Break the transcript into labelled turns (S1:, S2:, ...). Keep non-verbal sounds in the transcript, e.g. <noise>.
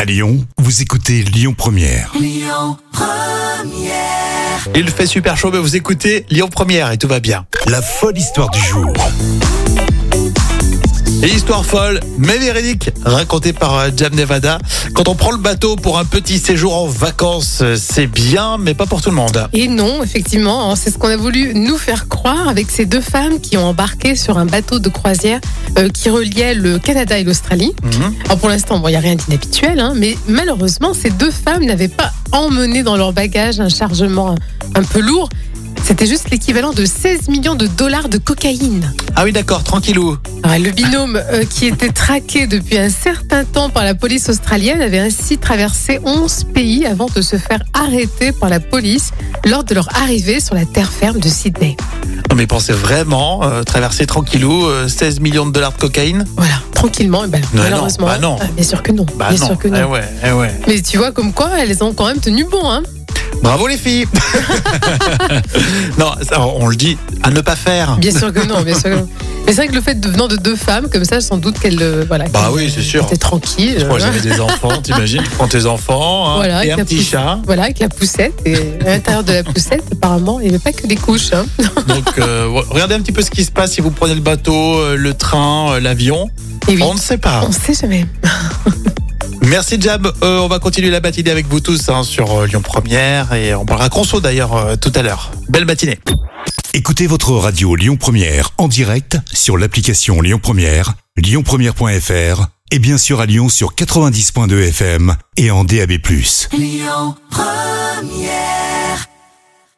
S1: À Lyon, vous écoutez Lyon Première.
S2: Il fait super chaud, mais vous écoutez Lyon Première et tout va bien.
S1: La folle histoire du jour.
S2: Et histoire folle, mais véridique, racontée par euh, Jam Nevada. Quand on prend le bateau pour un petit séjour en vacances, euh, c'est bien, mais pas pour tout le monde.
S3: Et non, effectivement, hein, c'est ce qu'on a voulu nous faire croire avec ces deux femmes qui ont embarqué sur un bateau de croisière euh, qui reliait le Canada et l'Australie.
S2: Mhm.
S3: Alors pour l'instant, bon, il n'y a rien d'inhabituel, hein, mais malheureusement, ces deux femmes n'avaient pas emmené dans leur bagage un chargement un, un peu lourd. C'était juste l'équivalent de 16 millions de dollars de cocaïne.
S2: Ah oui, d'accord, tranquillou.
S3: Alors, le binôme euh, qui était traqué depuis un certain temps par la police australienne avait ainsi traversé 11 pays avant de se faire arrêter par la police lors de leur arrivée sur la terre ferme de Sydney.
S2: Non, mais pensez vraiment euh, traverser tranquillou euh, 16 millions de dollars de cocaïne
S3: Voilà, tranquillement, et ben,
S2: non,
S3: malheureusement.
S2: bah non.
S3: ah, bien sûr que non.
S2: Bah
S3: bien
S2: non.
S3: sûr que non.
S2: Eh ouais, eh ouais.
S3: Mais tu vois comme quoi elles ont quand même tenu bon, hein.
S2: Bravo les
S3: <laughs>
S2: filles. non, ça, on le dit à ne pas faire.
S3: Bien sûr que non, bien sûr que non. Mais c'est vrai que le fait de venant de deux femmes, comme ça, sans doute qu'elles euh, voilà,
S2: Bah
S3: qu'elles
S2: oui, c'est sûr.
S3: étaient tranquilles.
S2: Moi,
S3: euh,
S2: j'avais des enfants, t'imagines Tu prends tes enfants hein,
S3: Voilà,
S2: et un
S3: avec la
S2: petit
S3: pousse-
S2: chat.
S3: Voilà, avec la poussette. Et à l'intérieur de la poussette, apparemment, il n'y avait pas que des couches. Hein.
S2: Donc, euh, ouais, regardez un petit peu ce qui se passe si vous prenez le bateau, euh, le train, euh, l'avion.
S3: Et oui,
S2: On ne sait pas.
S3: on ne sait jamais.
S2: Merci Jab. Euh, on va continuer la matinée avec vous tous hein, sur euh, Lyon Première et on parlera conso d'ailleurs euh, tout à l'heure. Belle matinée.
S1: Écoutez votre radio Lyon Première en direct sur l'application Lyon Première, lyonpremière.fr et bien sûr à Lyon sur 90.2 FM et en DAB+.
S4: Lyon Première